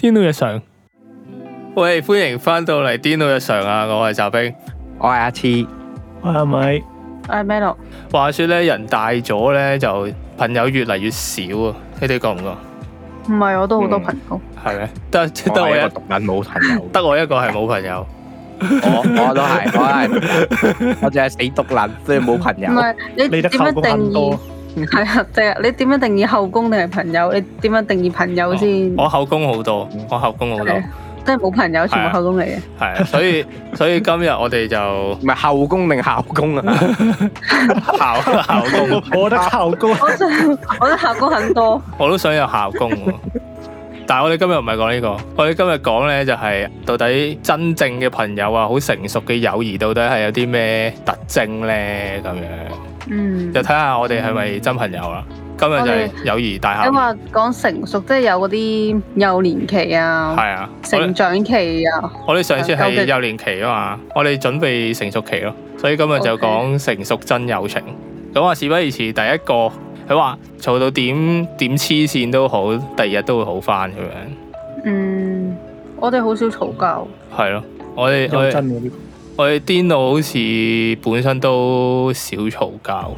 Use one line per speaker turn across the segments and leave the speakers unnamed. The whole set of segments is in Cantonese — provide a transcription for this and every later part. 癲佬日常，
喂，歡迎翻到嚟癲佬日常啊！我係澤兵。
我係阿次，
我係咪？
誒 Melo，
話說咧，人大咗咧，就朋友越嚟越少啊！你哋覺唔覺？
唔係我都好多朋友，
係咩？得
我
得我
係一個
一，
毒撚冇朋 友
得我一個係冇朋友。
我我都係，我係，我淨係死毒撚，所以冇朋友
唔。係你點
你得後
樣
宮
定
很
義
多？，
係啊，即係你點樣定義後宮定係朋友？你點樣定義朋友先？
我後宮好多，我後宮好多，
係
係
即係冇朋友，全
係啊
部後宮嚟嘅。
啊，所以所以今日我哋就
唔係後宮定校宮啊？
校校
我
宮，
我覺得校高
我想，我覺得後宮 很多。
我都想有校宮 喎。但係我哋今日唔係講呢個，我哋今日講咧就係到底真正嘅朋友啊，好成熟嘅友誼到底係有啲咩特徵咧咁樣。
嗯
就，睇下我哋係咪真朋友啦。今日就係友誼大
你
考，
話講成熟，即係有嗰啲幼年期啊、
係啊！我
成
哋
長期啊。
我哋上次係
究竟
幼年期啊嘛，我哋準備成熟期咯，所以今日就
OK
講成熟真友情。咁話事不宜遲，第一個佢話嘈到點點黐線都好，第二日都會好翻咁樣，
嗯，我哋好少嘈交。
係咯。我哋我
又
哋
真嗰啲，
我哋癲佬好似本身都少嘈交，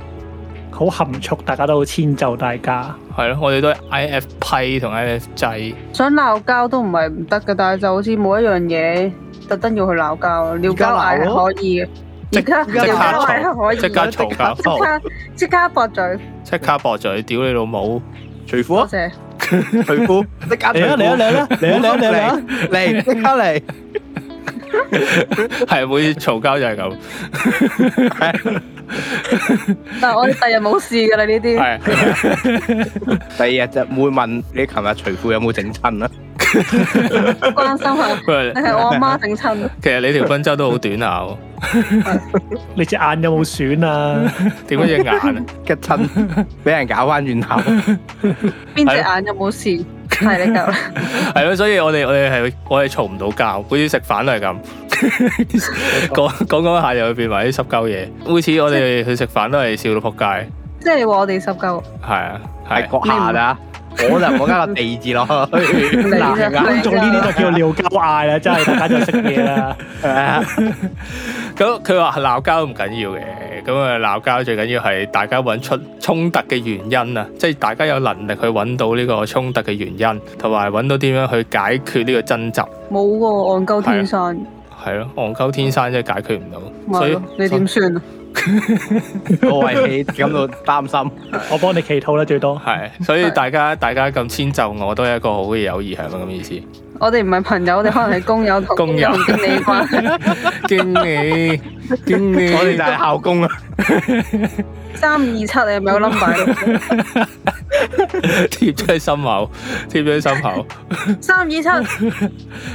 好含蓄，大家都好遷就大家。
係咯。我哋都係 I F 批同 I F 制，
想鬧交都唔係唔得嘅，但係就好似冇一樣嘢特登要去鬧交，撩交嗌係可以嘅。
即
而家
即
撩
刻
交嗌係可以
嘈，即刻
嘅，
嘈交，
即刻即刻駁嘴，
即刻駁嘴，屌你老母！
除褲
多
啊，
謝。
哦
除褲，即刻除
嚟啊
褲
嚟啊嚟啊嚟啊嚟啊嚟啊嚟啊！
嚟，即刻嚟，
係每次嘈交就係咁，
但係我哋第日冇事㗎啦呢啲，
係啊
第二日就會問你琴日除褲有冇整親啊？
關心下。
喂
你係我阿媽整親，
其實你條賓周都好短啊下喎，
你隻眼有冇損啊？
點解隻眼啊？
一親俾人搞翻轉頭，
邊隻眼有冇事？係你夠啦，
係咯，所以我哋我哋係我哋嘈唔到交，好似食飯都係咁， 講講講下又會變埋啲濕鳩嘢。每次我哋去食飯都係笑到仆街，
即係你話我哋十九，
係啊
係
係。
閣下啦。我就唔好加個地字落去，
你
嗱
啫
觀眾呢啲就叫撩交嗌啦，真係大家就識嘢啦。
係啊
咁佢話鬧交唔緊要嘅，咁啊鬧交最緊要係大家揾出衝突嘅原因啊，即係大家有能力去揾到呢個衝突嘅原因，同埋揾到點樣去解決呢個爭執。
冇喎，戇鳩天生，
係咯，戇鳩天生真係解決唔到，所
咪
以
咯你點算啊？
我為你感到擔心。
我幫你祈禱啦，最多。
係，所以
係
大家 大家咁遷就我都係一個好嘅友誼，係咪咁意思？
我哋唔係朋友，我哋可能係工友 同
工友
同經理關 係，
經 理，經理，
我哋就 係校工啊！
三二七你係咪 有 number？
貼咗喺心口，貼咗喺心口。
三二七。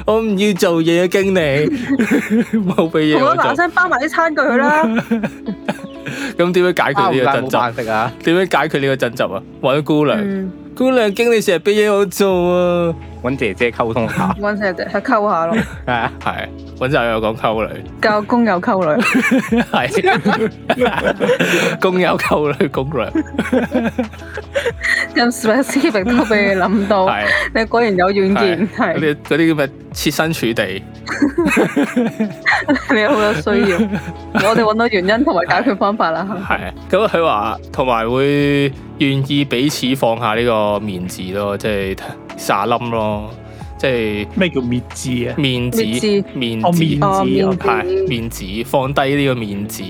我唔要做嘢，啊經理， 冇俾嘢
同
我
我嗱
做。
聲包埋啲餐具 佢啦，
咁點樣解決 呢個爭
冇
執？
飯食啊！
點樣解決呢個爭執啊？揾姑娘，
嗯，
姑娘經理成日俾嘢我做啊，
揾姐姐溝通 下，
搵成日去溝下咯，
係啊，
係揾就有講溝女，
教工友溝女，
係工友溝女，工娘
咁 specific 都俾你諗到，
係。
你果然有遠見，
嗰
係
啲嗰啲咁嘅設身處地，
你好有 需要，我哋搵到原因同埋解決方法啦，
係咁佢話，同埋會願意彼此放下呢個面子咯，即係撒冧咯，即係
咩叫滅智啊？
面子
面子
面
哦，面
子
子
哦面子
係面子，放低呢個面子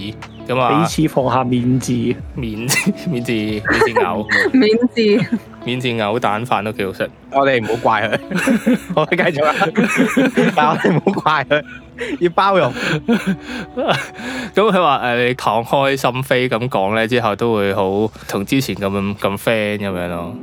咁
彼
啊，
此放下面子，
面子面子面子牛
免治
面子牛蛋飯都幾好食，
我哋唔好 怪佢，我哋繼續啦，但我哋唔好怪佢，要包容，
咁佢話誒你敞開心扉咁講咧，之後都會好同之前咁咁 friend 咁樣咯。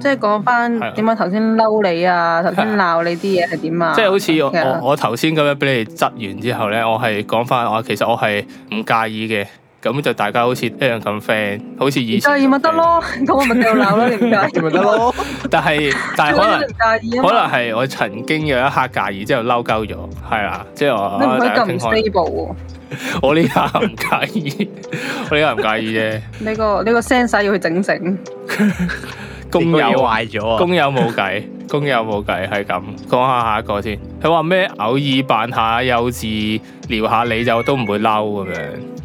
即係講翻
係啊
點解頭先嬲你啊，頭先鬧你啲嘢係點啊，
即係好似
其實
我我我頭先咁樣俾你質完之後咧，我係講翻我其實我係唔介意嘅，咁就大家好似一樣咁 friend，好似以
唔
前咁
介意咪得
friend，
咯，咁我咪繼續鬧咯，你唔介意
咪得，咯。
但 係但係
最
可
緊要
能
你唔介意啊嘛
可能係我曾經有一刻介意之後嬲鳩咗，係啦，即係我
你唔可以
大家
咁
傾
唔
開
stable 喎，
我呢下唔介意，我呢下唔介意啫。
啊你個你個 sense 要去整整，
工
工
友
壞咗
哦
啊！
工友冇 計，工友冇計，係咁。講下下一個先，佢話咩偶爾扮下幼稚，撩下你就都唔會嬲咁樣，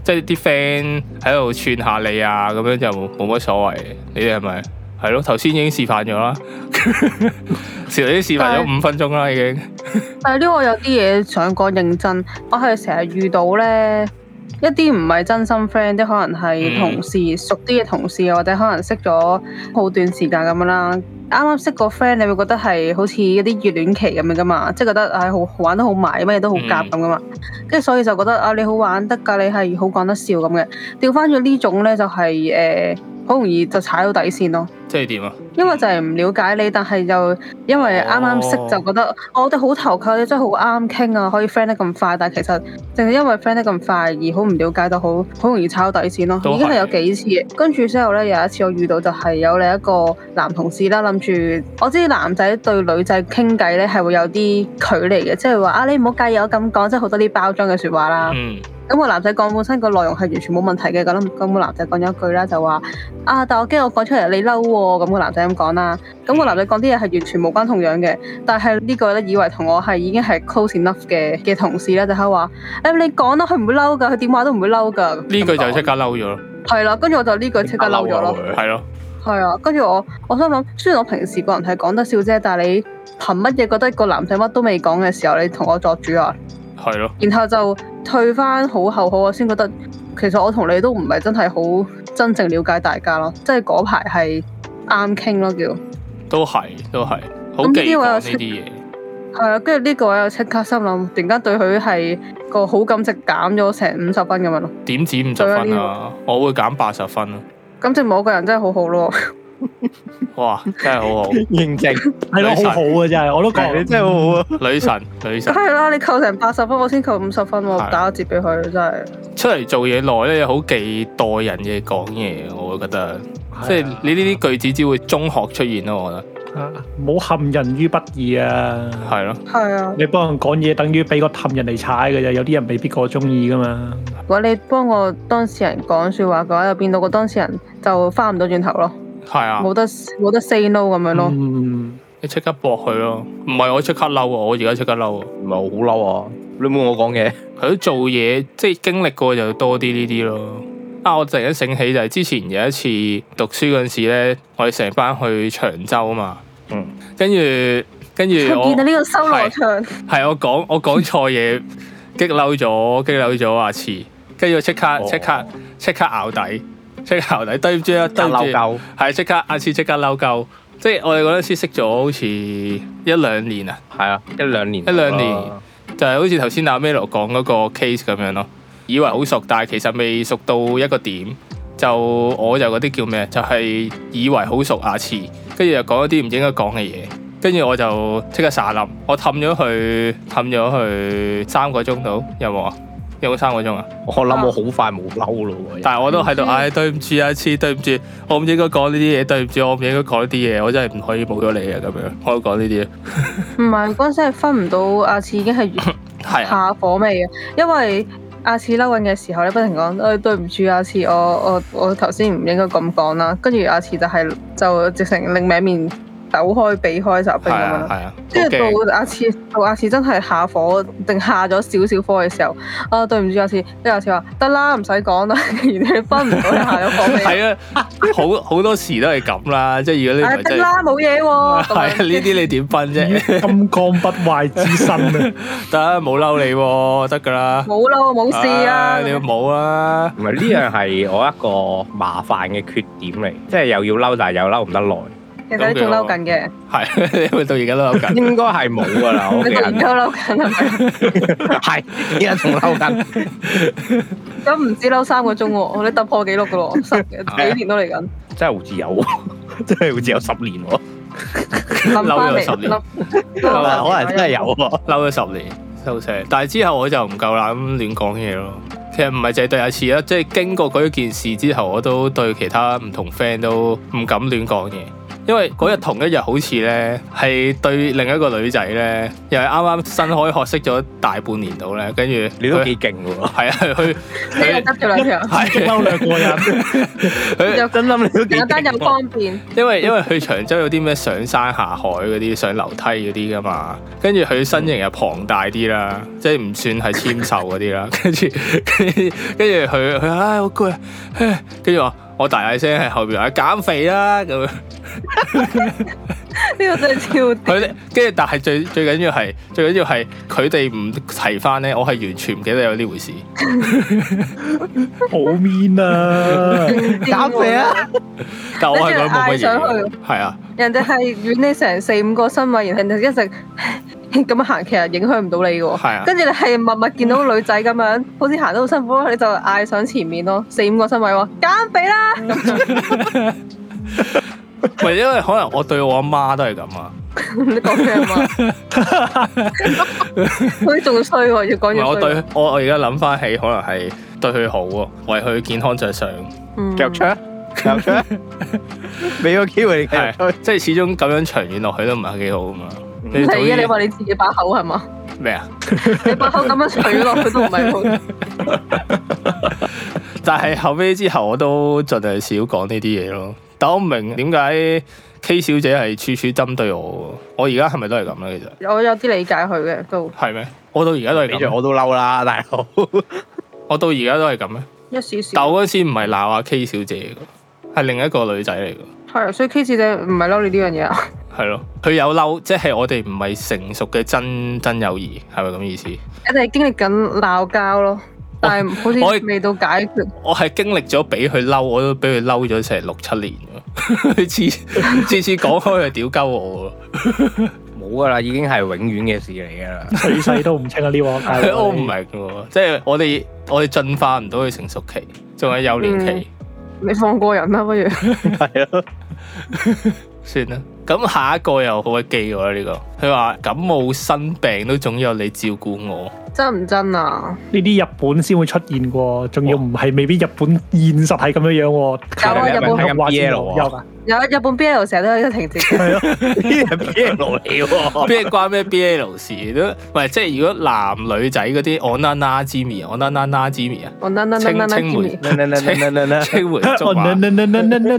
即係啲 friend 喺度串下你啊，咁樣就冇冇乜所謂。你哋係咪？係咯，頭先已經示範咗啦， 其實已經示範咗五分鐘啦，已經。
但係呢個我有啲嘢想講認真，我係成日遇到咧一啲唔係真心 friend 啲，可能係同事、熟啲嘅同事，或者可能識咗好段時間咁樣啦。啱啱識個 friend，你會覺得係好似一啲熱戀期咁樣噶嘛，即係覺得唉好玩得好埋，乜嘢都好夾咁噶嘛。跟住所以就覺得啊你好玩得㗎，你係好講得笑咁嘅。調翻咗呢種咧就係誒好容易就踩到底線咯。
即係點啊？
因為就係唔了解你，但係又因為啱啱識
哦
就覺得、哦我哋好投契，我哋真係好啱傾啊，可以 friend 得咁快，但係其實淨係因為 friend 得咁快而好唔了解到好好容易炒底線咯
都。係
已經係有幾次，跟住之後咧有一次我遇到就係有另一個男同事啦，諗住我知男仔對女仔傾偈咧係會有啲距離嘅，即係話啊你唔好介意我咁講，即係好多啲包裝嘅説話啦。
嗯，
咁個男仔講本身個內容係完全冇問題嘅，咁咁個男仔講咗一句啦，就話啊，但我驚我講出嚟你嬲喎，咁個男仔咁講啦，咁個男仔講啲嘢係完全無關痛癢嘅，但係呢個咧以為同我係已經係 close enough 嘅嘅同事咧，就喺度話誒你講啦，佢唔會嬲㗎，佢點話都唔會嬲㗎。
呢句就即
係
刻嬲咗咯，
係啦，跟住我就呢句即刻嬲啊咗咯，
係咯，
係啊，跟住我我心諗，雖然我平時個人係講得笑啫，但係你憑乜嘢覺得個男仔乜都未講嘅時候，你同我作主啊？
係咯。
然後就退翻好後好，我先覺得其實我同你都唔係真係好真正了解大家咯，即係嗰排係啱傾咯叫。
都係都係，好
咁呢啲
忌
我
講
又
呢
識
啲嘢。
係啊，跟住呢個我又即刻心諗，突然間對佢係個好感值減咗成五十分咁樣咯。
點止五十分啊！我會減八十分啊！
咁證明我個人真係好好咯。
哇，真係好好，
認證，
係咯，好好啊，真係，我都覺
你真係好好啊！
女神女神
梗係啦，你扣成八十分，我先扣五十分喎，
係
打個折俾佢真係。
出嚟做嘢耐咧，好忌待人嘅講嘢，我會覺得，即係你呢啲句子只會中學出現咯，我覺得
啊唔好陷人於不義啊！
係咯，
係啊，
你幫人講嘢，等於俾個氹人嚟踩嘅啫。有啲人未必個中意噶嘛。
如果你幫個當事人講説話嘅話，就變到個當事人就翻唔到轉頭咯，
係啊，
冇得冇得 say no 咁樣咯。
嗯，
你即刻駁佢咯，唔係我即刻嬲啊，我而家即刻嬲啊，
唔係好嬲啊！你冇我講嘢，
佢都做嘢即係經歷過就多啲呢啲咯。啊！我突然間醒起就係之前有一次讀書嗰陣時咧，我哋成班去長洲啊嘛，
嗯，
跟住跟住
佢
我
見到啊呢個修羅
係
場。
係我講我講錯嘢，激嬲咗，激嬲咗阿慈，跟住我即刻
哦
即刻即刻咬底，即刻咬底，對唔住啊，對唔住，
嬲鳩，
係即刻阿慈即刻嬲鳩，即係我哋嗰陣時識咗好似一兩年啊，
係啊，一兩年，
一兩年就係好似頭先阿 Melo 講嗰個 case 咁樣咯，以為好熟，但係其實未熟到一個點，就我就嗰啲叫咩，就係、以為好熟阿慈，跟住又講一啲唔應該講嘅嘢，跟住我就即刻撒冧，我氹咗佢氹咗佢三個鐘度，有冇啊？有冇三個鐘啊？
我諗我好快冇嬲咯喎。
但係我都喺度，
嗯
唉、對唔住啊，次對唔住，我唔應該講呢啲嘢，對唔住，我唔應該講呢啲嘢，我真係唔可以冇咗你啊，咁樣，我都講呢啲嘢，
唔係嗰陣時係分唔到阿次已經係
係啊，
下火味嘅，因為阿次嬲緊嘅時候咧，不停講誒、哎、對唔住阿次，我我我頭先唔應該咁講啦，跟住阿次就係、就直情另歪面抖開避開集
係
兵咁樣
啊，
啦。
係啊，好
跟住
驚
到阿次到阿次真係下火定下咗少少火嘅時候，啊對唔住阿次，跟住阿次話得啦，唔使講啦， 原來你分唔到你下 咗火味，
係啊，好好多時都係咁啦，即係如果你
啊
唔係
得
真係，
啦，冇嘢喎，
係
咁
啊，
樣
呢啲你點分 啫？
金剛不壞之身啊！
得冇嬲你喎，得噶啦，
冇嬲冇事啊
唉，你冇啦，
唔係呢樣係我一個麻煩嘅缺點嚟，即係又要嬲，但係又嬲唔得耐。
其實你仲嬲緊嘅。
係因為到而家都嬲緊，
應該係冇㗎 啦，我屋
你
企
突
人
然
啊
間嬲緊啊係咪？
係而家仲嬲緊。
咁唔止嬲三個鐘喎，你突破紀 錄噶咯，十幾年都嚟緊。
真係好似有喎，真係好似有十年喎，
諗翻
嬲咗十年
嚟，
嬲啊
可能真係 有。喎。
嬲咗十年，收聲。但係之後我就唔夠啦，咁亂講嘢咯。其實唔係淨係對阿次啦，即係經過嗰件事之後，我都對其他唔同 friend 都唔敢亂講嘢。因為嗰日同一日好似咧係對另一個女仔咧，又係啱啱新開學識咗大半年度咧，跟住
你都
佢
幾勁嘅喎，
係啊，佢
你又執咗兩 條，
激嬲兩個人，
佢
又
真諗你都幾
簡單
勁
又
喎。
方便，
因為因為去長洲有啲咩上山下海嗰啲上樓梯嗰啲噶嘛，跟住佢身形又龐大啲啦，即係唔算係纖瘦嗰啲啦。 跟住跟住跟住佢佢唉好攰啊，唉跟住我我大嗌聲喺後邊話減肥啦咁樣。
呢個真 係超屌
佢哋跟住但係最最緊要係最緊要係佢哋唔提翻咧，我係完全唔記得有呢回事。
好 mean 啊！
減肥啊！
但我係覺得冇乜
你真係嗌上
嘢。係啊，
人哋係遠你成四五個身位，然後人哋一直 咁樣行，其實影響唔到你嘅
係啊
喎。跟住你係默默見到個女仔咁樣，好似行得好辛苦，你就嗌上前面咯，四五個身位喎，減肥啦！
唔係因為可能我對我阿媽都係咁啊。
你講咩 啊嘛？ 好似仲衰喎，越講
唔
越
係我
衰喎。
對我我而家諗翻起，可能係對佢好喎，為佢健康着想，
嗯
腳槍，腳槍，俾個機會你繼續
係
吹。
即係始終咁樣長遠落去都唔係幾好啊嘛。
唔
早
係啊！
啲
你話你自己把口係嘛？
咩啊？
你把口咁樣取落去都唔係好。
但係後尾之後我都盡量少講呢啲嘢咯。但我唔明點解 K 小姐係處處針對我喎，我而家係咪都係咁咧？其實
我有啲理解佢嘅都
係咩？我到而家都係
俾住
咁，
我都嬲啦，大佬。
我到而家都係咁咩？
一時時。
但我嗰時唔係鬧阿 K 小姐嘅，係另一個女仔嚟嘅。
係啊，所以 K 小姐唔係嬲你呢樣嘢啊。
係咯，佢有嬲，即係我哋唔係成熟嘅真真友誼，係咪咁意思？
一定係經歷緊鬧交咯，但係好
我
似未到解決。
我係經歷咗俾佢嬲，我都俾佢嬲咗成六七年喎。 佢次次次講開佢屌鳩我
冇噶啦，已經係永遠嘅事嚟噶啦。
水勢都唔 清啊！呢個大
喎，
佬
我唔明喎，即係我哋我哋進化唔到佢成熟期，仲係幼年期，
你放過人啦，不如
係咯，
算啦。咁下一個又好鬼記我啦呢個，佢話感冒生病都總有你照顧我，
真唔真啊？
呢啲日本先會出現喎，仲要唔係未必日本現實係咁樣樣喎。
有啊日本
係咁
話先
BL 喎
有 㗎，
有日本 BL 成日都有停止，
啊
係咯，
呢啲係 BL 嚟喎。
邊係關咩 BL 事都，唔係即係如果男女仔嗰啲 on na na jimmy on na na na jimmy 啊，
我啦啦啦
青
啦啦
青梅
啦啦啦啦啦
青梅竹
哦
馬
呢。呢呢呢呢呢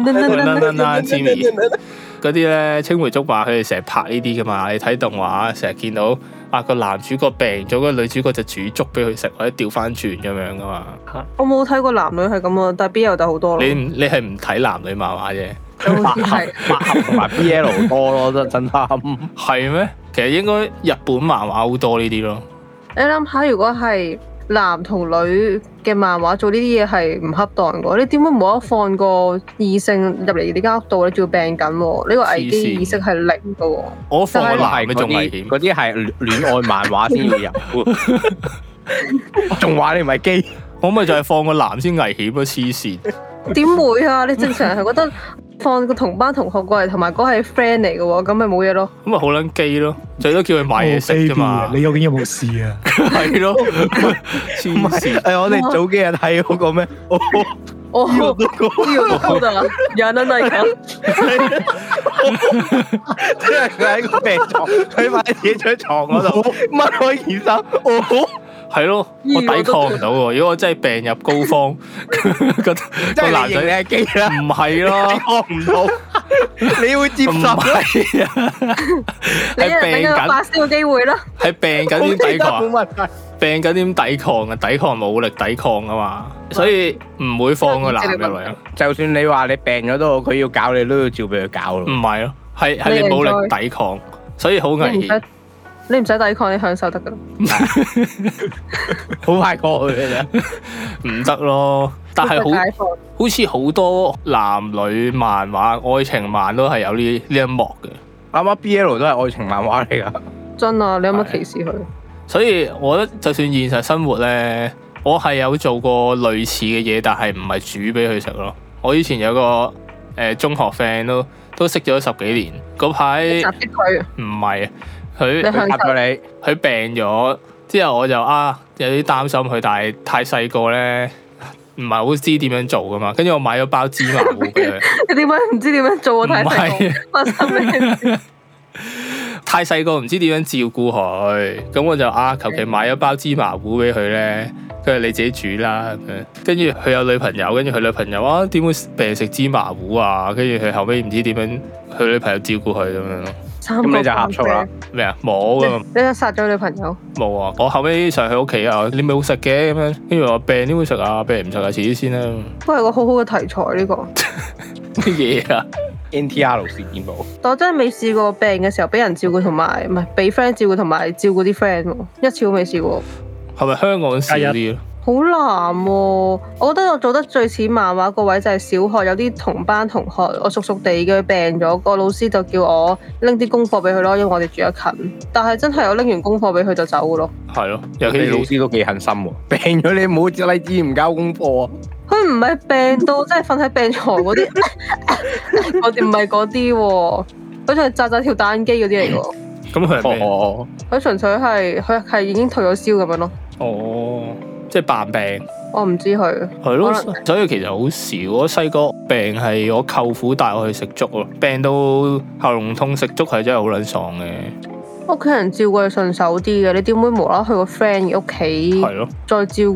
呢
啦啦啦
Jimmy，
Jimmy 嗰啲咧，青梅竹馬佢哋成日拍呢啲噶嘛，你睇動畫成日見到啊個男主角病咗，個女主角就煮粥俾佢食，或者調翻轉咁樣噶嘛。
我冇睇過男女係咁啊，但係 BL 就好多咯
你，唔你係唔睇男女漫畫啫，
好似 係
百合同埋 BL 多咯，真真啱。
係咩？其實應該日本漫畫好多呢啲咯，
你諗下，如果係男同女嘅漫畫做呢啲嘢係唔恰當嘅，你點會冇得放個異性入嚟呢間屋度？你仲要病緊喎，呢個危機意識係零嘅喎。
我放個男嘅
嗰
仲
啲
危險。
嗰啲係戀戀愛漫畫先會有。仲話你唔係基？
我咪就係放個男先危險咯，黐線。
點會啊？你正常係覺得放個同班同學過嚟，同埋嗰係 friend 嚟嘅喎，咁咪冇嘢咯。
咁咪好撚基咯，最多叫佢買嘢食啫
哦
嘛
baby，，你究竟有冇事啊？
係咯，黐線。
誒，我哋早幾日睇嗰個咩？我
哦，呢
我都講，
個 高得啦，人都係咁，
即係佢喺個病床，佢擺自己張床嗰度，掹開件衫， 我
係咯，我抵抗唔到喎。如果我真係病入膏肓，個
即
個
係
男
你認你
仔
係基啦，
唔係咯
你，學唔到，你會接
唔
受。
係啊，
你一
係
人俾
病
個
緊，
發燒嘅機會啦。
係病緊 點抵
冇
抗啊，
問題。
病緊點抵抗啊，抵抗冇力抵抗啊嘛，所以唔會放個男嘅嚟啊咯，
就算你話你病咗都好，佢要搞你都要照俾佢搞
唔
咯。
係咯，係係你冇力抵抗，所以好危
你唔
險
使。，你唔使抵抗，你享受得㗎啦。
好快過去 嘅啫。
唔得咯。但係好
解放，
好似好多男女漫畫、愛情漫都係有呢呢一幕嘅。
啱啱 BL 都係愛情漫畫嚟㗎，
真啊！你有冇歧視佢？
所以我覺得就算現實生活咧，我係有做過類似嘅嘢，但係唔係煮俾佢食咯。我以前有個誒、呃中學 friend 都都識咗十幾年，嗰 排
襲擊佢，
唔係佢
你享
答
受。
咗
佢病咗之後，我就啊有啲擔心佢，但係太細個咧，唔係好知點樣做噶嘛，跟住我買咗包芝麻糊俾佢。
你點解唔知點樣做？ 我睇
唔係
睇 發生咩事？
太細個唔知點樣照顧佢，咁我就啊求其買咗包芝麻糊俾佢咧，佢話你自己煮啦咁樣。跟住佢有女朋友，跟住佢女朋友啊點會病食芝麻糊啊？跟住佢後尾唔知點樣，佢女朋友照顧佢咁樣咯。
三
咁你
個
就呷醋啦
咩啊冇
關
啊
姐，你就殺咗女朋友，
冇啊！我後尾上去屋企啊，你咪好食嘅咁樣，跟住我話病點會食啊？病唔食啊，遲啲先啦。
都係個好好嘅題材呢個。
乜嘢啊？
NTR 事件簿，
我真係未試過病嘅時候俾人照顧，同埋唔係俾 friend 照顧，同埋照顧啲 friend 喎，一次都未試過。
係咪香港少啲啊咯？
好難喎、我覺得我做得最似漫畫個位就係小學有啲同班同學，我熟熟地嘅病咗，個老師就叫我拎啲功課俾佢咯，因為我哋住得近。但係真係我拎完功課俾佢就走嘅咯，
係咯，尤
你老
其
師都幾狠心喎，病咗你唔好拉枝唔交功課啊！
佢唔係病到真係瞓喺病床嗰啲， 我哋唔係嗰啲喎，佢就係扎扎跳打印機嗰啲嚟喎，
咁佢係咩？
哦，
佢純粹係佢係已經退咗燒咁樣咯，
哦，即係扮病。
我唔知佢。
係咯
可，
所以其實好少。我細個病係我舅父帶我去食粥咯，病到喉嚨痛食粥係真係好撚爽嘅，
屋企人照顧係順手啲嘅，你點會無啦啦去個 friend 嘅屋企
係咯，
再照顧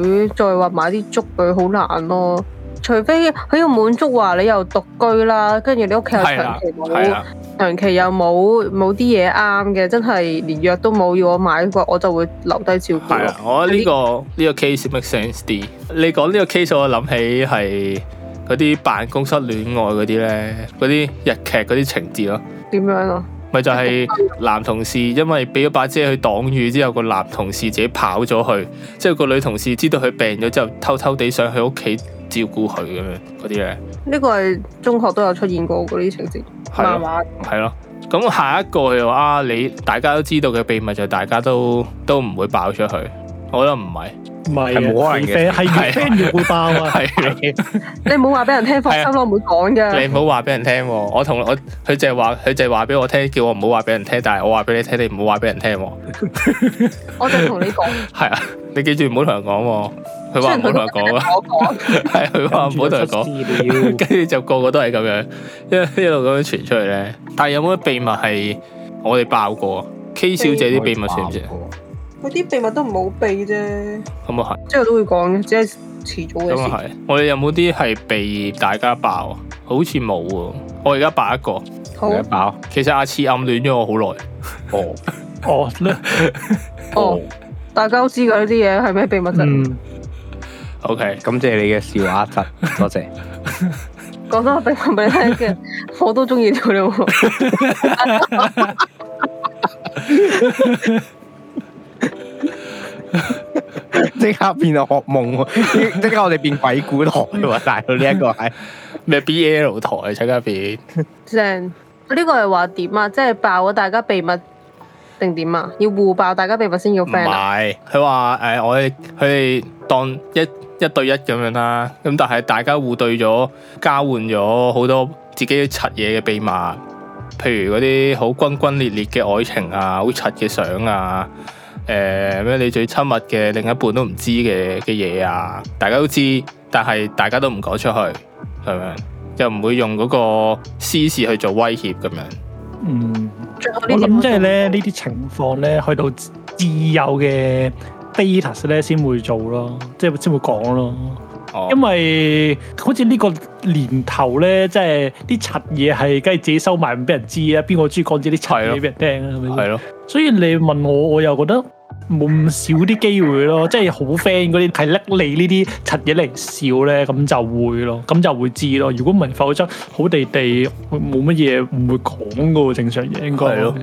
佢，再話買啲粥俾佢，好難咯。除非佢要滿足話你又獨居啦，跟住你屋企又
係啦
啊長期，
係啊
冇，
啦，
長期又冇冇啲嘢啱嘅，真係連藥都冇要我買過，我就會留低照顧
係啦
咯。。
我覺得呢個呢個 case make sense 啲。你講呢個 case，我諗起係嗰啲辦公室戀愛嗰啲咧，嗰啲日劇嗰啲情節咯。
點樣啊？
咪就係
嗯
男同事因為俾咗把遮去擋雨之後，個男同事自己跑咗去，之後個女同事知道佢病咗之後，偷偷地上去屋企照顧佢咁樣嗰啲咧，
呢個係中學都有出現過嗰啲情節，
係
漫
咯。
畫
係咯。咁下一個佢話啊，你大家都知道嘅秘密就係大家都都唔會爆出去。我覺得唔係，
唔係啊
係冇可能嘅
friend 係越 friend 越會爆啊！
係咯
你唔好話俾人聽，放心咯，我唔會講
啊你
㗎。
唔好話俾人聽喎。我同我佢淨係話佢淨係話俾我聽，叫我唔好話俾人聽，但係我話俾你聽，你唔好話俾人聽喎。
我就同你 講，
係啊，你記住唔好同人講喎。佢話唔好同人講啊，
我講。
係佢啊話唔好同人 講。
講
跟住就個個都係咁樣，一一路咁樣傳出去咧。但係有冇啲秘密係我哋爆過？K 小姐啲秘密算唔算？
嗰啲秘密都唔好避啫，
咁啊係。
即係都會講嘅，只係遲早嘅
咁
事。
啊係，我哋有冇啲係被大家爆啊？好似冇喎，我而家爆一個。
好
啊
你一爆
其實阿次暗戀咗我好耐，
哦
哦， 咧
哦，大家都知㗎呢啲嘢係咩秘密啫？
嗯，
OK，
感謝你嘅笑話集，多謝。
講咗個秘密俾你 聽嘅，我都中意跳你喎。
即刻變到噩夢喎！ 即刻我哋變鬼故台喎，大佬呢一個係
咩 BL 台啊？喺入邊
正呢個係話點啊？即係爆咗大家秘密定點啊？要互爆大家秘密先叫
唔
friend 啊？
係，佢話誒我哋佢哋當一一對一咁樣啦，咁但係大家互對咗，交換咗好多自己柒嘢嘅秘密，譬如嗰啲好轟轟烈烈嘅愛情啊，好柒嘅相啊。誒咩、你最親密嘅另一半都唔知嘅嘅嘢啊，大家都知，但係大家都唔講出去，咁樣又唔會用嗰個私事去做威脅咁樣。
嗯。
最後呢
我
點
諗即係咧呢啲情況咧，去到自有嘅 data 咧先會做咯，即係先會講咯。
哦，
因為好似呢個年頭咧，即係啲柒嘢係梗係自己收埋唔俾人知啊，邊個中意講自己啲柒嘢俾人聽啊？係咪先
係咯，
所以你問我，我又覺得冇咁少啲機會咯，即係好 friend 嗰啲係拎你呢啲柒嘢嚟笑咧，咁就會咯，咁就會知咯。如果唔係，否則好地地冇乜嘢唔會講噶喎，正常嘢應該。
係咯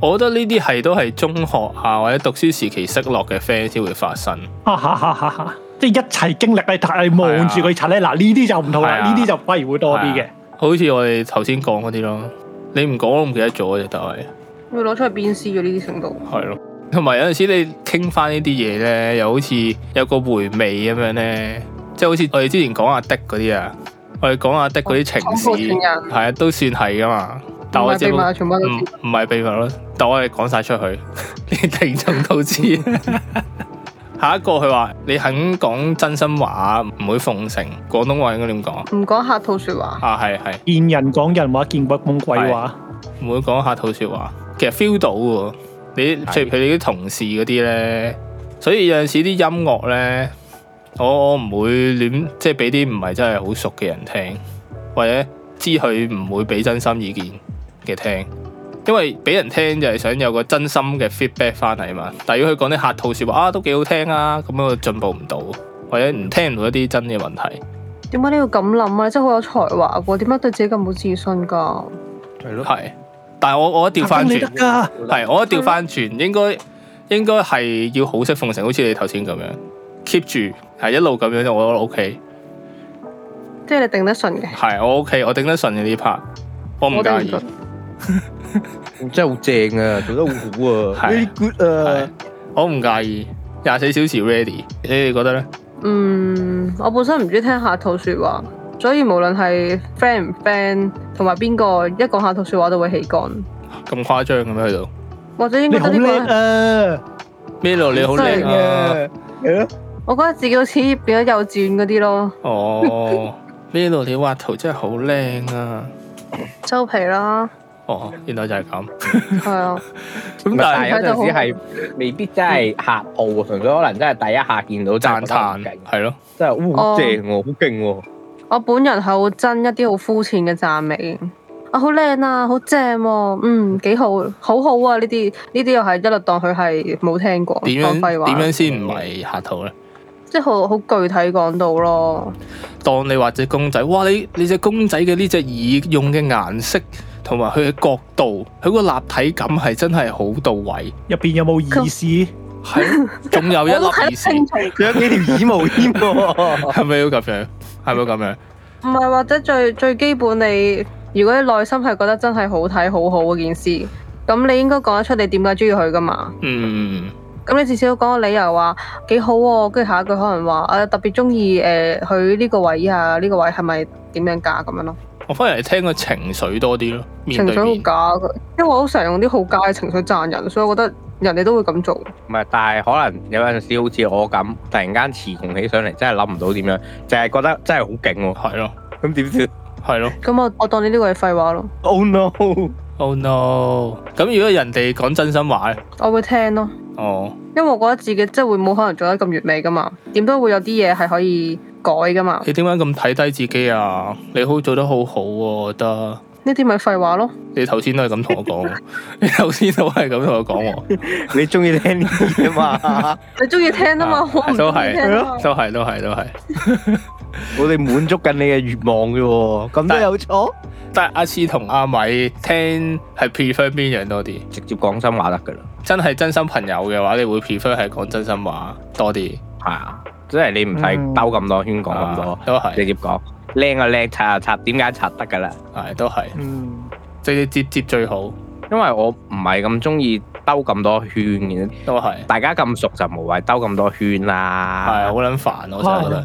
我覺得呢啲係都係中學啊或者讀書時期識落嘅 friend 先會發生。
哈哈哈哈哈！即係一齊經歷咧，但係望住佢柒咧，嗱呢啲就唔同
啊係
啦，
啊
呢啲就反而會多啲
係
嘅
啊。好似我哋頭先講嗰啲咯，你唔講我都唔記得咗嘅，但係
要攞出去鞭屍咗呢啲程度。
係咯。同埋有陣時你傾翻呢啲嘢咧，又好似有個回味咁樣咧，即係好似我哋之前講阿的嗰啲啊，我哋講阿的嗰啲情
講報
史，
情人
係啊，都算係噶嘛。但我
唔係
只
秘
不過
密，全部都知。
嗯唔唔 係秘密咯，但我哋講晒出去，連聽眾都知。 下一個佢話你肯講真心話，唔會奉承。廣東話應該點講啊？
唔講客套説話，
啊，係係，
見人講人話，見鬼講鬼話。啊
唔會講客套説話。其實 feel 到喎，你譬如譬如你啲同事嗰啲咧，所以有陣時啲音樂咧，我我唔會亂即係俾啲唔係真係好熟嘅人聽，或者知佢唔會俾真心意見嘅聽。因為俾人聽就係想有個真心嘅 feedback 翻嚟嘛，但係如果佢講啲客套説話啊，都幾好聽啊，咁我進步唔到，或者唔聽唔到一啲真嘅問題。
點解你要咁諗啊？真係好有才華喎，點解對自己咁冇自信㗎？
系咯，
係，但係我我調翻
啊你
轉
得，㗎，
係我調翻轉，應該應該係要好識奉承，好似你頭先咁樣 keep 住，係一路咁樣，我覺得 OK，
即係你定得順嘅，
係我 OK，我頂得順嘅呢 part，我唔
我定
介意
唔。順。
真係好正啊，做得好好啊
係
，very good 啊
係，我唔介意，廿四小時 ready，你哋覺得咧？
嗯，我本身唔中意聽客套説話，所以無論係 friend 唔 friend 同埋邊個一講客套説話都會起幹，
咁誇張咁樣去到
或者應
你
該
好
得呢個係。
叻啊！
咩路你好
真
叻
係
啊！
嘅，係咯，
我覺得自己好似變咗幼稚園嗰啲咯，
哦，呢度你畫圖真係好靚啊！
收皮啦，
哦，原來就係咁。
係啊，
咁
咁
但係
但係有陣時係未必真係客套啊，純粹可能真係第一下見到真係
讚
覺
歎
得好勁啊哦
係咯，
真係哇好正喎，好勁喎。
我本人係好憎一啲好膚淺嘅讚美。啊，好靚啊，好正喎，嗯，幾好，好好啊！呢啲呢啲又係一律當佢係冇聽過，
點
當
樣
廢
點
話，
樣先唔係客套咧？
即係好好具體講到咯。
當你畫只公仔，哇！你你只公仔嘅呢隻耳用嘅顏色同埋佢嘅角度，佢個立體感係真係好到 位，
入邊有冇意思？
係咯，仲有一
我都睇
粒
得
意思，
清楚
佢 有幾條耳毛添喎，
係咪要咁樣？係咪要咁樣？
唔係，或者最最基本你，如果你內心係覺得真係好睇好好嗰件事，咁你應該講得出你點解中意佢噶嘛？
嗯，
咁你至少講個理由話幾好喎、跟住下一句可能話啊特別中意誒佢呢個位啊，呢、個位係咪點樣㗎咁樣咯？
我反而係聽個情緒多啲咯，面
情
對
緒好
面。
假嘅，因為我好常用啲好假嘅情緒讚人，所以我覺得人哋都會咁做。
唔係，但係可能有陣時好似我咁，突然間詞窮起上嚟，真係諗唔到點樣，就係覺得真係好勁喎。
係咯，
咁點算
係咯。
咁我我當你呢個係廢話咯，
？Oh no！
Oh no！咁如果人哋講真心話咧，
我會聽咯，
哦，
因為我覺得自己即係會冇可能做得咁完美噶嘛，點都會有啲嘢係可以改噶嘛，
你點解咁睇低自己啊？你好做得好好喎，我覺得。
呢啲咪廢話咯。
你頭先都係咁同我講喎， 你頭先都係咁同我 講喎，
哦
你中意聽呢啲啊嘛？
你中意聽啊嘛，
啊
我唔中
都
意
係
聽啊嘛。
都係都係都係。
我哋滿足緊你嘅願望嘅喎，咁都有錯？
但係阿詩同阿米聽係 prefer 邊樣多啲？
直接講真話得㗎啦，
真係真心朋友嘅話，你會 prefer 係講真心話多啲。
係啊，即係你唔使兜咁多圈講咁多
啊，都
直
係，
接講靚啊靚，擦啊擦，點解擦得㗎啦？
係都係，
嗯，
直接接接最好，
因為我唔係咁中意兜咁多圈嘅，
都係，
大家咁熟就無謂兜咁多圈
係
啦
好。撚煩，我真係覺得。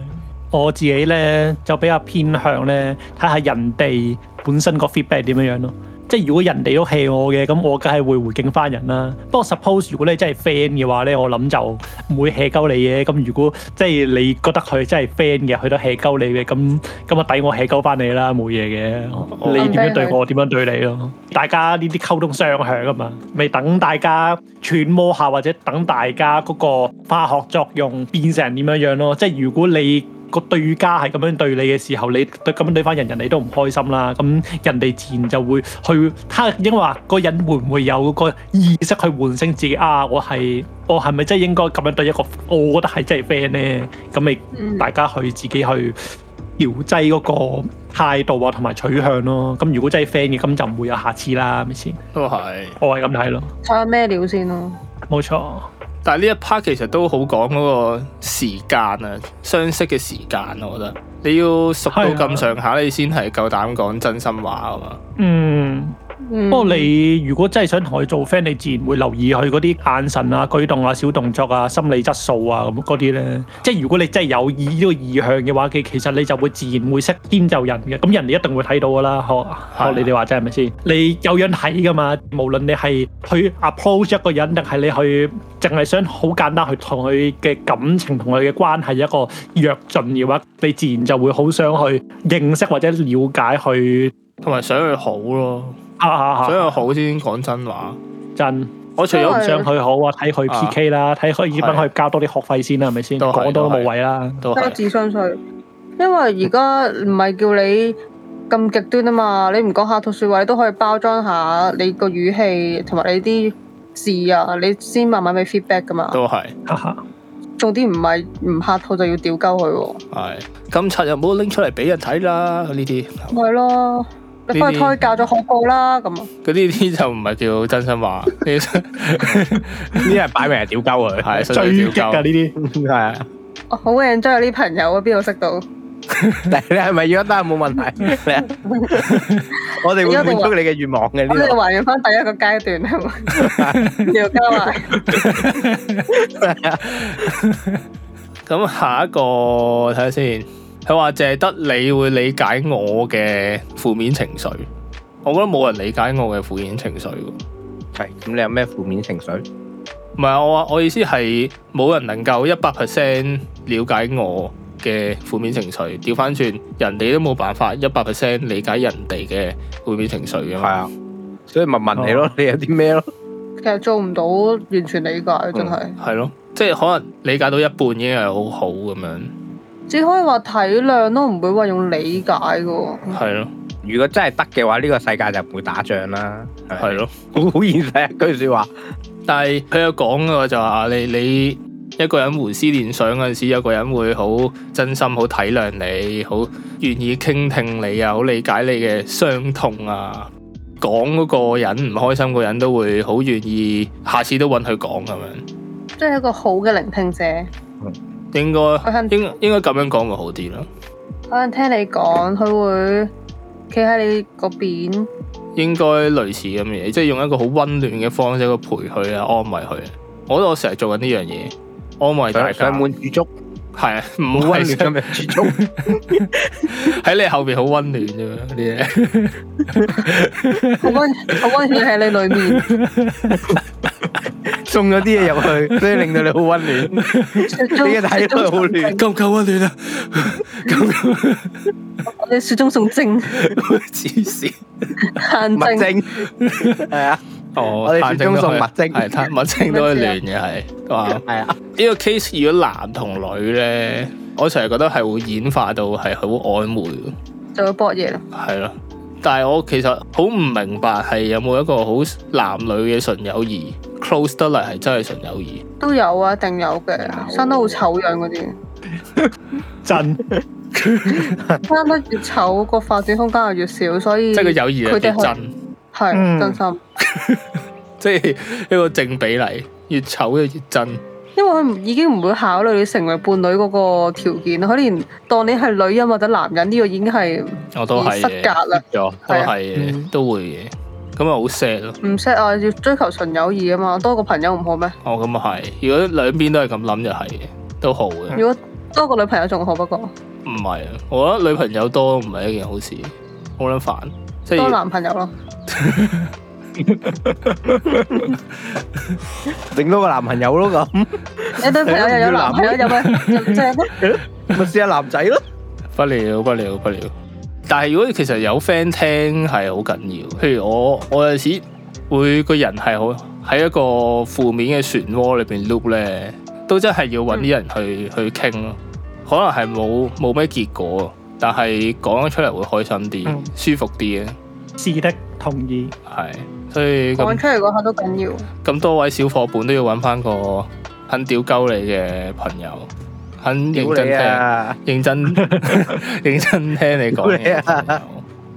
我自己咧就比較偏向咧睇下人哋本身個 feedback 點樣樣咯。即係如果人哋都 hea 我嘅，咁我梗係會回敬翻人啦。不過 suppose 如果你真係 friend 嘅話咧，我諗就唔會 hea 鳩你嘅。咁如果即係你覺得佢真係 friend 嘅，佢都 hea 鳩你嘅，咁咁啊抵我 hea 鳩翻你啦，冇嘢嘅。你點樣對我，我點樣對你咯？大家呢啲溝通雙向啊嘛，咪等大家揣摩下，或者等大家嗰個化學作用變成點樣樣咯。即係如果你個對家係咁樣對你嘅時候，你對咁樣對翻人，人哋都唔開心啦。咁人哋自然就會去，他因為話個人會唔會有個意識去喚醒自己啊？我係我係咪真係應該咁樣對一個？我覺得係真係 friend 咧。咁咪
嗯
大家去自己去調劑嗰個態度啊，同埋取向咯。咁如果真係 friend 嘅，咁就唔會有下次啦，係咪先？
都係，
我係咁睇咯，
睇下咩料先咯。
冇錯。
但係呢一 part 其實都好講嗰個時間啊，相識嘅時間，我覺得你要熟到
係啊
咁上下，你先係夠膽講真心話啊嘛。
嗯，
嗯
不過你如果真係想同佢做 friend，你自然會留意佢嗰啲眼神啊、舉動啊、小動作啊、心理質素啊咁嗰啲咧。即係如果你真係有意呢個意向嘅話，佢其實你就會自然會識遷就人嘅。咁人哋一定會睇到噶啦，學
係
學你哋話齋係咪先？你有樣睇噶嘛？無論你係去 approach 一個人，定係你去淨係想好簡單去同佢嘅感情同佢嘅關係一個躍進嘅話，你自然就會好想去認識或者了解佢
同埋想佢好咯，
啊啊
想
啊
佢好先講真話。
真。
我除咗
因為
想佢好啊，睇佢
啊
PK 啦，睇佢點
係
樣去交多啲學費先啦，係咪先？
都係
講多
都
都
係
冇謂啦。
都
都
係
自相信，因為而家唔係叫你咁極端啊嘛，你唔講客套説話，你都可以包裝下你個語氣同埋你啲字啊，你先慢慢俾 feedback 噶嘛。
都係。
哈哈，
重點唔係唔客套就要屌鳩佢喎，
系咁柒又冇拎出嚟俾人睇啦，呢啲
咪係咯，你翻去
呢啲
胎教咗好過啦咁啊。
嗰啲啲就唔係叫真心 話，呢
呢人擺明係屌鳩佢，
係
追
純粹
擊
屌
㗎呢
鳩
啲，
係啊！
我哦好 enjoy 呢啲朋友啊，邊度識到？
但係你係咪要一單 冇問題？你我哋會滿足你嘅願望嘅
咁
呢
你
度。
還原翻第一個階段係咪？ 屌鳩啊！
咁下一個睇下先，佢話淨係得你會理解我嘅負面情緒，我覺得冇人理解我嘅負面情緒喎。
係咁，你有咩負面情緒？
唔係我話我意思係冇人能夠一百 percent 了解我嘅負面情緒，調翻轉人哋都冇辦法一百 percent 理解人哋嘅負面情緒嘅
係
嘛。
啊，所以咪問你咯，你有啲咩咯？
其實做唔到完全理解，真係。
係咯，即係可能理解到一半已經係好好咁樣，
只可以話體諒咯，唔會話用理解嘅喎。
係咯，
如果真係得嘅話，呢個世界就唔會打仗啦。係
係咯。
好好現實一句説話。
但係佢有講嘅就話你你一個人胡思亂想嗰陣時，有個人會好真心、好體諒你、好願意傾聽你啊、好理解你嘅傷痛啊。講嗰個人唔開心，個人都會好願意，下次都揾佢講咁樣。
即係一個好嘅聆聽者，
應
佢肯
該應應該咁樣講會好啲咯。
佢肯聽你講，佢會企喺你嗰邊。
應該類似咁嘅嘢，即係用一個好温暖嘅方式去陪佢啊，安慰佢。我覺得我成日做緊呢樣嘢，安慰大
上
家
上。門煮粥，
係啊，唔好
好温暖
係
咁樣煮粥。
喺你後邊好温暖啫嘛啲嘢。
好温好温暖喺你裏面，
送咗啲嘢入 去，所以令到你好温暖。你嘅睇落好暖，
够唔够温暖啊？
你雪中送精，
黐線！
限
物
精。
精係啊，
哦
我哋雪中送物精
係 炭物精都係暖嘅係。哇！呢
係啊，
個 case 如果男同女咧，我成日覺得係會演化到係好曖昧嘅，
就會搏嘢啦。
係咯。但係我其實好唔明白係有冇一個好男女嘅純友誼 close 得嚟係真係純友誼。
都有啊，一定有嘅，
有
生得好醜樣嗰啲，
真
生得越醜個發展空間就越少，所以
即係個友誼係
嗯佢
幾
哋係
真，
嗯
係真心，
即係一個正比例，越醜就越真。
因為佢唔已經唔會考慮你成為伴侶嗰個條件，佢連當你係女人啊或者男人呢個已經係
我都係
失
嘅
格啦，
咗
都
係啊，
係
嗯
嘅，都會嘅。咁啊咪好 sad 咯。
唔識啊，要追求純友誼啊嘛，多個朋友唔好咩？
哦，咁啊係。如果兩邊都係咁諗就係嘅，都好嘅。
如果多個女朋友仲好，不過
唔係啊，我覺得女朋友多唔係一件好事，好撚煩。即
多
係
男朋友咯，
整多個男朋友咯咁，
你對朋友又有男朋友 有咩正咩？
咪試下男仔咯。
不了不了不了。但係如果其實有 friend 聽係好緊要，譬如我我有時會個人係好喺一個負面嘅漩渦裏邊 loop 咧，都真係要揾啲人去、去
嗯
傾咯。可能係冇冇咩結果，但係講咗出嚟會開心啲、
嗯
舒服啲嘅，
是的，同意。
係。所以咁
講出嚟嗰下都緊要，
咁多位小伙伴都要揾翻個肯屌鳩你嘅朋友，肯認
屌
真
你
聽、
啊！
認真 認真聽你講嘢嘅朋友，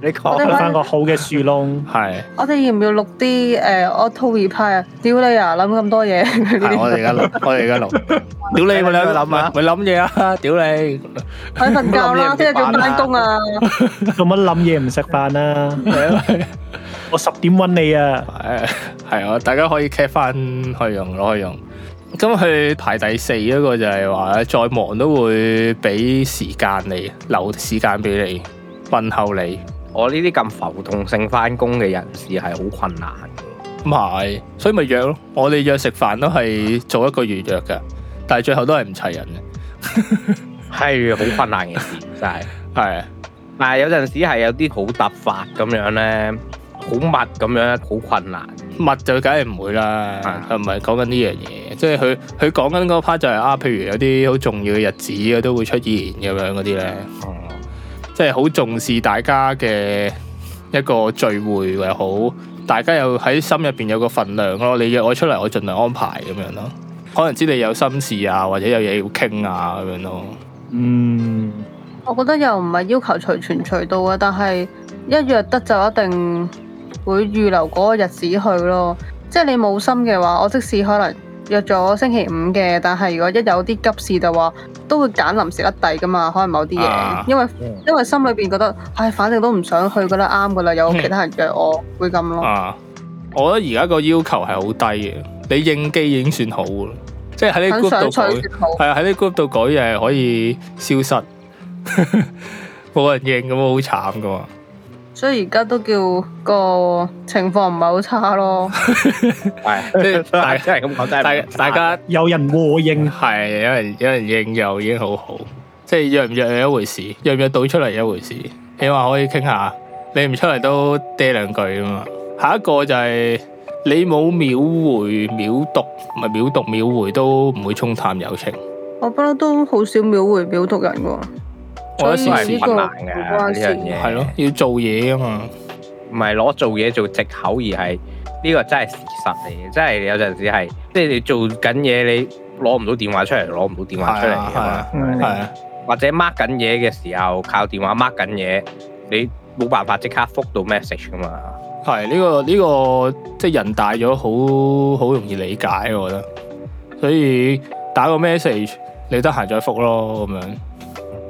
你
我
揾
哋
講
翻個好嘅樹 窿，
係
我哋要唔要錄啲呃誒 auto reply 啊？屌你啊，諗咁多嘢
係
嗰啲，
我哋而家錄，我哋而家錄，屌你咪兩
諗啊
咪諗嘢啊，屌你！
喺瞓啊覺啦，聽日仲要翻工啊，
做乜諗嘢唔食飯啊？
係咯
我十點揾你啊！
誒係啊，大家可以 cap 翻去用，攞去用。咁佢排第四嗰個就係話，再忙都會俾時間你，留時間俾你問候你。
我呢啲咁浮動性翻工嘅人士係好困難嘅。
咁係，所以咪約咯。我哋約食飯都係做一個月約嘅，但係最後都係唔齊人嘅。
係好困難 嘅事，真係。
係
但係有陣時係有啲好突發咁樣咧，好密咁樣，好困難。
密就梗係唔會啦，
係
佢唔係講緊呢樣嘢，即係佢佢講緊嗰 part 就係、啊，譬如有啲好重要嘅日子啊都會出現咁樣嗰啲咧。即係好重視大家嘅一個聚會又好，大家又喺心入邊有個份量咯。你約我出嚟，我盡量安排咁樣咯。可能知你有心事啊，或者有嘢要傾啊咁樣咯。
嗯，
我覺得又唔係要求隨傳隨到嘅，但係一約得就一定會預留嗰個日子去咯。即係你冇心嘅話，我即使可能約咗星期五嘅，但係如果一有啲急事就話，都會揀臨時甩底噶嘛。可能某啲嘢，
啊
因為
嗯
因為心裏邊覺得，唉，反正都唔想去噶啦，啱噶啦，有其他人約我，會咁咯。
啊，我覺得而家個要求係好低嘅，你應機已經算好噶啦。即係喺
想
你 group
上
度改
取，雪好，
係啊，喺你 group 度改嘢係可以消失， 冇人應咁好慘噶嘛。
所以而家都叫個情況唔係好差 咯。
係，
即係大
真係咁講，真
大
係唔啊
大家。
有人和應，
係有人有人應又已經好好，即係約唔約係一回事，約唔約到出嚟一回事，起碼可以傾下。你唔出嚟都嗲兩句啊嘛。下一個就係、你冇秒回秒讀，唔係秒讀秒回都唔會沖淡友情。
我不嬲都好少秒回秒讀人噶。
我覺得
都
所以
係
時
呢
困難嘅呢樣嘢。
係咯，，要做嘢啊嘛。
唔係攞做嘢做藉口，而係呢個真係事實嚟嘅。真係有陣時係，即係你做緊嘢，你攞唔到電話出嚟，攞唔到電話出嚟
係
㗎
啊
嘛。
嗯
係啊，
或者 mark 緊嘢嘅時候，靠電話 mark 緊嘢，你冇辦法即刻覆到 message 噶嘛。
係呢、個呢、個即係人大咗，好好容易理解，我覺得。所以打個 message，你得閒再覆咯，咁樣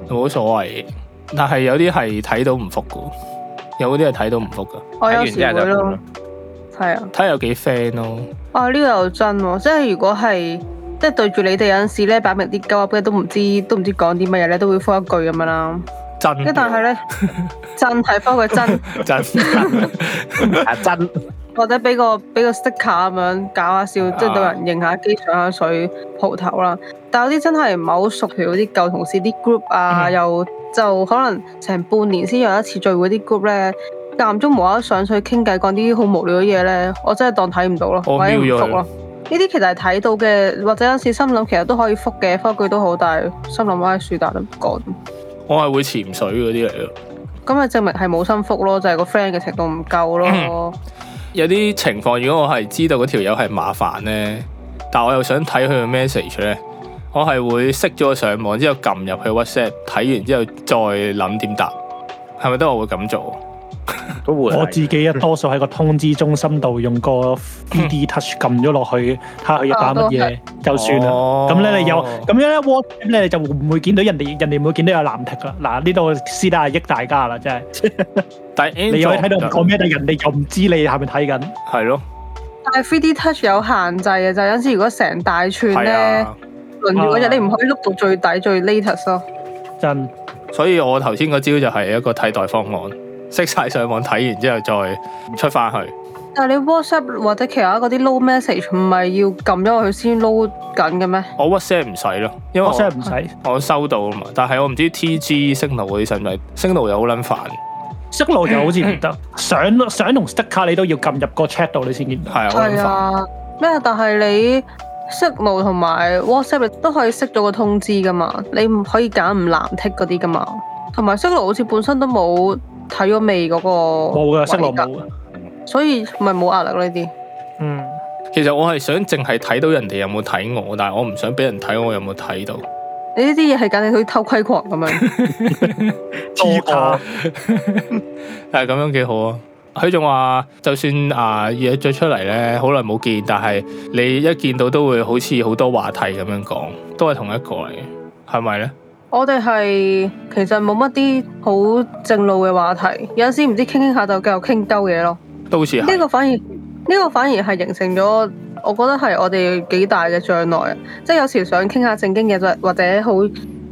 冇所謂。但係有啲係睇到唔覆噶，有啲係睇到唔覆噶，
我
睇
有
完
時
之後
會
就
咯，係啊，
睇下有幾 friend 咯。
啊呢個又真喎，即係如果係即係對住你哋有陣時咧，擺明啲鳩噏嘅都唔知都唔知講啲乜嘢咧，都會覆一句咁樣啦。
真
跟但係咧，真係覆佢真，
真
啊真
或者俾個俾個 sticker 咁樣搞下
啊
笑，即係到人認下機上下水蒲頭啦。但有啲真係唔係好熟，譬如啲舊同事啲 group 啊，
嗯
又就可能成半年先有一次聚會啲 group 咧。間唔中無啦啦上水傾偈，講啲好無聊嘅嘢咧，我真係當睇唔到咯，
我
或者唔
mute 咗
覆
佢
咯。呢啲其實係睇到嘅，或者有時心諗其實都可以覆嘅，覆一句都好，但係心諗唉，樹大都唔講，
我係會潛水嗰啲嚟咯。
咁咪證明係冇心覆咯，就係、個 friend 嘅程度唔夠
嗯
咯。
有啲情況，如果我係知道嗰條友係麻煩咧，但我又想睇佢嘅 message 咧，我係會熄咗上網之後撳入去 WhatsApp 睇完之後再諗點答，係咪都我會咁做？
都會
我自己啊多數喺個通知中心度用個 3D touch 撳咗落去，睇下佢打乜
啊
嘢就算啦。
哦
咁咧你有咁樣咧 WhatsApp 咧你就唔會見到人哋人哋唔會見到有藍剔啦。嗱呢度私底下益大家啦，真係
但係
你
Android
可以睇到唔講咩，但係人哋又唔知你係咪睇緊。
係咯，
但係 3D touch 有限制嘅，就有陣時如果成大串
係
咧，
啊，
輪住嗰
啊
只你唔可以碌到最底最 latest 咯。
真
所以我頭先嗰招就係一個替代方案，熄晒上網睇完之後再出翻去。
但係你 WhatsApp 或者其他嗰啲 low message 唔係要撳咗佢先 load 緊嘅咩？
我 WhatsApp 唔使咯，因為我
WhatsApp 唔使
我收到啊嘛，但係我唔知 TG Signal 嗰啲使唔使，Signal 又好撚煩。
，Signal 就好似唔得，相相同 sticker 你都要撳入個 chat 度你先見到。
係啊，我
係
諗煩。
啊，咩啊？但係你 Signal 同埋 WhatsApp 你都可以熄咗個通知噶嘛，你唔可以揀唔藍剔嗰啲噶嘛。同埋 Signal 好似本身都冇睇咗未嗰個
冇嘅
位
Signal
㗎
冇嘅。
所以咪冇壓力咯呢啲。
嗯，
其實我係想淨係睇到人哋有冇睇我，但係我唔想俾人睇我有冇睇到。
你呢啲嘢係簡直好似偷窺狂咁樣。
黐我
但係咁樣幾好啊！佢仲話，就算啊約咗出嚟咧，好耐冇見，但係你一見到都會好似好多話題咁樣講，都係同一個嚟嘅，係咪咧？
我哋係其實冇乜啲好正路嘅話題，有陣時唔知傾傾下就繼續傾鳩嘢咯。
都似
呢
係。
個反而呢、個反而係形成咗，我覺得係我哋幾大嘅障礙啊！即係有時想傾下正經嘢，或或者好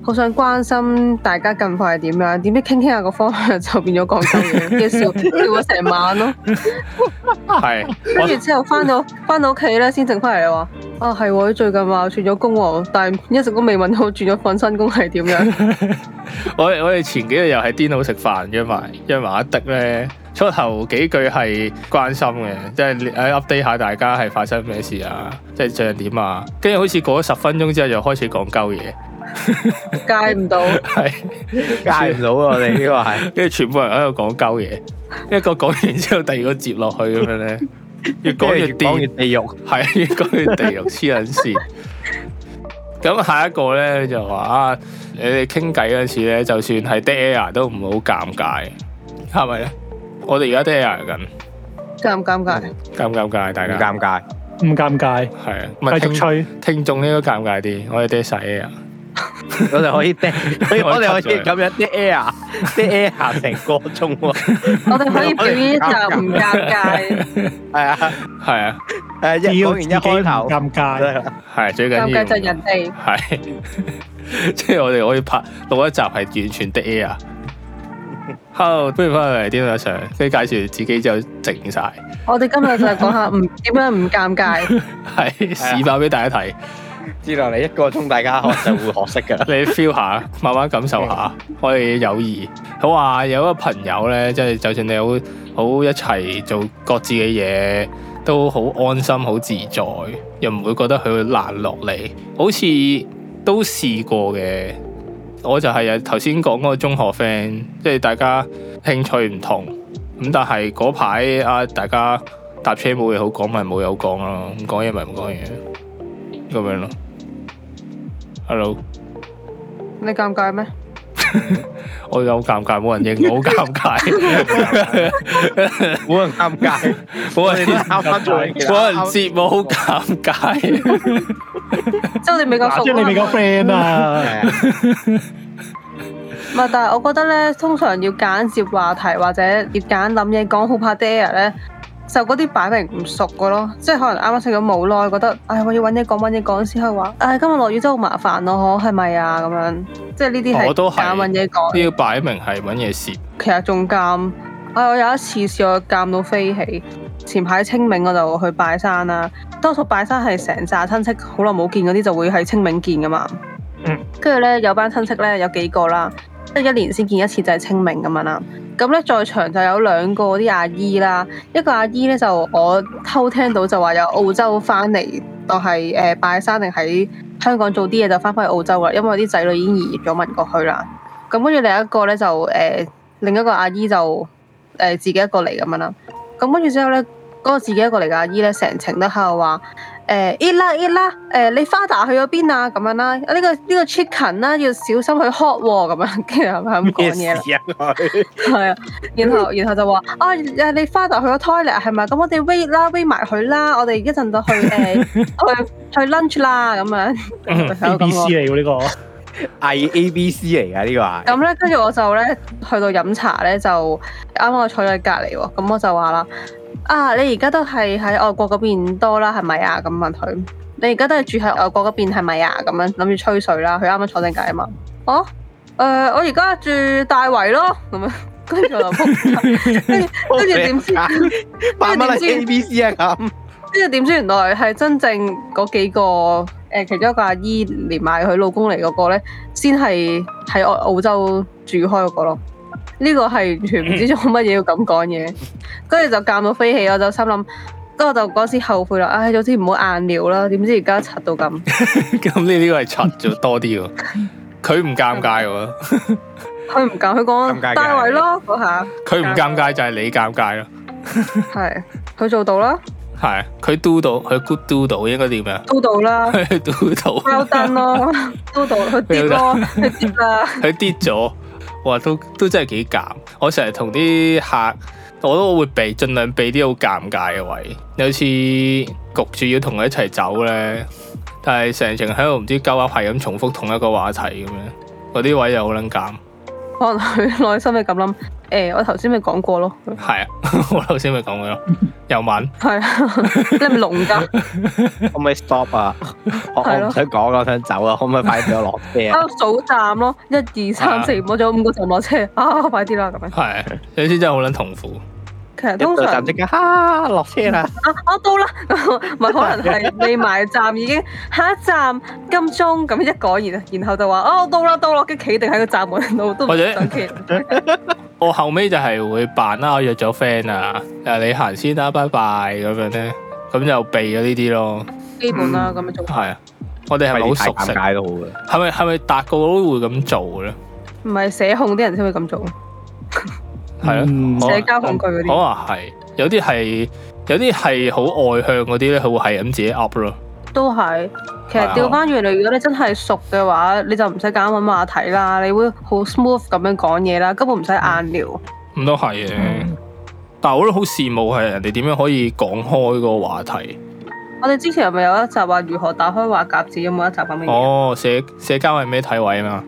好想關心大家近況係點樣，點知傾傾下個方向就變咗廣州嘢，跟住笑笑咗成晚咯。
係
跟住之後翻到翻到屋企咧，先正翻嚟話：啊係喎，最近話轉咗工喎，但係一直都未問我轉咗份新工係點樣。
我我我哋前幾日又係癲佬食飯約埋約埋阿迪咧，出頭幾句係關心嘅，即係誒 update 下大家係發生咩事啊，即係最近點啊，跟住好似過咗十分鐘之後又開始講鳩嘢，
戒唔到，
係。
戒唔到啊！我哋呢個係
跟住全部人喺度講鳩嘢，一個講完之後，第二個接落去咁樣咧，越講越
講越
癲，
地獄，
係越講越地獄黐撚線。咁下一個咧就話啊，你哋傾偈嗰陣時咧，就算係 dead air 都唔好尷尬，係咪咧？我哋而家 dead air 緊，
尷唔尷尬？
尷唔尷尬？大
唔
家
尷尬。
唔尷尬，
係啊，唔係
繼續
聽
吹。
聽眾應該尷尬啲，我哋 dead 晒啊 air。
我哋可以 dead，我哋可以
cut 咗佢
咁樣 dead air，dead air 成個 鐘喎。
我哋可以表演一集唔尷尬，
係啊，
係啊，
誒一講完一開頭，
尷尬，
係最 緊
尷
要
尬就係人哋。
係， 即係我哋可以拍錄一集係完全的 air。Hello，不如翻嚟點樣上？跟住介紹自己就靜晒，
我哋今日就係講下唔點樣唔尷尬，
係示範俾大家睇，
接落嚟一個鐘，大家學就會學識㗎 啦。
你 feel 下，慢慢感受下我哋嘅友誼。好話有一個朋友咧，即係就算你好好一齊做各自嘅嘢，都好安心、好自在，又唔會覺得佢會難落嚟。好似都試過嘅，我就係啊頭先講嗰個中學 friend，即係大家興趣唔同，咁但係嗰排啊大家搭車冇嘢好講，咪冇嘢好講咯，唔講嘢咪唔講嘢，咁樣咯。Hello。
你尷尬咩？
我有尷尬，冇人 應，我好尷尬，
冇人尷尬，
冇
我哋
人
都啱啱做緊其他
冇人接，我好尷尬。
即係我哋未夠熟啊嘛，
即係你未夠 friend 啊！
係啊
唔係，但係我覺得咧，通常要揀接話題或者要揀諗嘢講，好怕 dare 咧，就嗰啲擺明唔熟嘅咯，即係可能啱啱識咗冇耐，覺得唉我要揾嘢講揾嘢講先可以話，唉今日落雨真係好麻煩咯，嗬係咪啊咁樣？即係呢啲係
我都係
揀揾嘢講，
呢個擺明係揾 嘢攝，
其實仲尷。唉我有一次試過尷到飛起，前排清明我就去拜山啦，多數拜山係成扎親戚好耐冇見嗰啲就會喺清明見噶嘛。跟住咧有班親戚咧有幾個啦，即係一年先見一次就係清明咁樣啦。咁咧在場就有兩個啲阿姨啦，一個阿姨咧就我偷聽到就話有澳洲翻嚟，當係誒拜山定喺香港做啲嘢就翻返去澳洲啦，因為啲仔女已經移咗民過去啦。咁跟住另一個咧就誒、呃另一個阿姨就誒、呃自己一個嚟咁樣啦。咁跟住之後咧，嗰、個自己一個嚟嘅阿姨咧成程都喺度話。誒 it 啦 it 啦，誒你 father 去咗邊啊？咁樣啦，啊呢個呢個 chicken 啦，要小心佢 hot 喎，咁樣跟住係咪咁講嘢啦？
事啊佢？
係啊，然後然後就話啊誒你 father 去咗 toilet 係咪？咁我哋 wait 啦 wait 埋佢啦，我哋一陣就去誒去去 lunch 啦咁樣，係咯
A B
咁
C
喎
嚟喎呢個。
係 A B C 嚟㗎呢個係。
咁咧，跟住我就咧去到飲茶咧，就啱啱我坐咗喺隔離喎，咁我就話啦：啊，你而家都係喺外國嗰邊多啦，係咪啊？咁問佢：你而家都係住喺外國嗰邊係咪啊？咁樣諗住吹水啦，佢啱啱坐正隔啊嘛。哦，誒、我而家住大圍咯，咁樣跟住我就撲街，跟住跟住點知？
慢慢
跟住點
嚟
知
A B C 啊咁，
跟住點知原來係真正嗰幾個誒、呃其中一個阿姨連埋佢老公嚟嗰個咧，先係喺澳澳洲住開嗰個咯。呢、個係完全唔知做乜嘢要咁講嘢，跟住就尷到飛起，我就心諗，跟住我就嗰時後悔啦，唉、早知唔好硬聊啦，點知而家柒到咁，
咁呢呢個係柒咗多啲喎。佢唔尷尬喎，
佢唔夠，佢
尷尬
講
嘅
單位咯嗰下，
佢唔尷尬就係你尷尬咯。
係佢做到啦，
係佢 do 到，佢 good do 到應該點啊？
都到啦。
佢 do 到，
包單咯，都到佢跌咯，佢跌啦，
佢跌咗，哇！都都真係幾尷。我成日同啲客，我都會避，盡量避啲好尷尬嘅位。有次焗住要同佢一齊走咧，但係成程喺度唔知鳩噏，係咁重複同一個話題咁樣，嗰啲位又好撚尷。
可能佢內心係咁諗，誒、我頭先咪講過咯，
係啊， 我頭先咪講嘅咯，又問
係 啊，你係咪聾㗎？
可唔可以 stop 啊？我
係
我
咯
唔想講啦，我想走啊！可唔可以快啲俾我落車啊？
啊，數站咯，一二三
啊
四，我仲有五個站落車，啊，快啲啦咁樣。
係，有啲真係好撚痛苦，
其實
一
通
到
常
站即刻哈落車啦！
啊，我到啦， 唔係可能係你埋站已經下一站金鐘咁一講，然然後就話啊我到啦到啦，跟住企定喺個站門度都
或
唔
者
想企。
我後尾就係會扮啦，我約咗 friend 啊，誒你行先啦，拜拜咁樣咧，咁就避咗呢啲咯，
基本啦，咁樣做
係啊，我哋係咪好熟
太尷
悉？啊
尬都好嘅。
係咪係咪達個個都會咁做咧？
唔係社控啲人先會咁做，
係啊。
嗯
好啊
社交恐懼嗰
可能
啲。
係有啲係有啲係好外向嗰啲咧，佢會係咁自己 up 咯。
都係。其
啊
實調翻轉嚟，如果你真係熟嘅話，你就唔使揀揾話題啦，你會好 smooth 咁樣講嘢啦，根本唔使
嗯
硬聊。
咁都係嘅，但係我都好羨慕係人哋點樣可以講開個話題。
我哋之前係咪有一集話如何打開話匣子？有冇一集咁嘅嘢？
哦，社社交係咩體位啊嘛？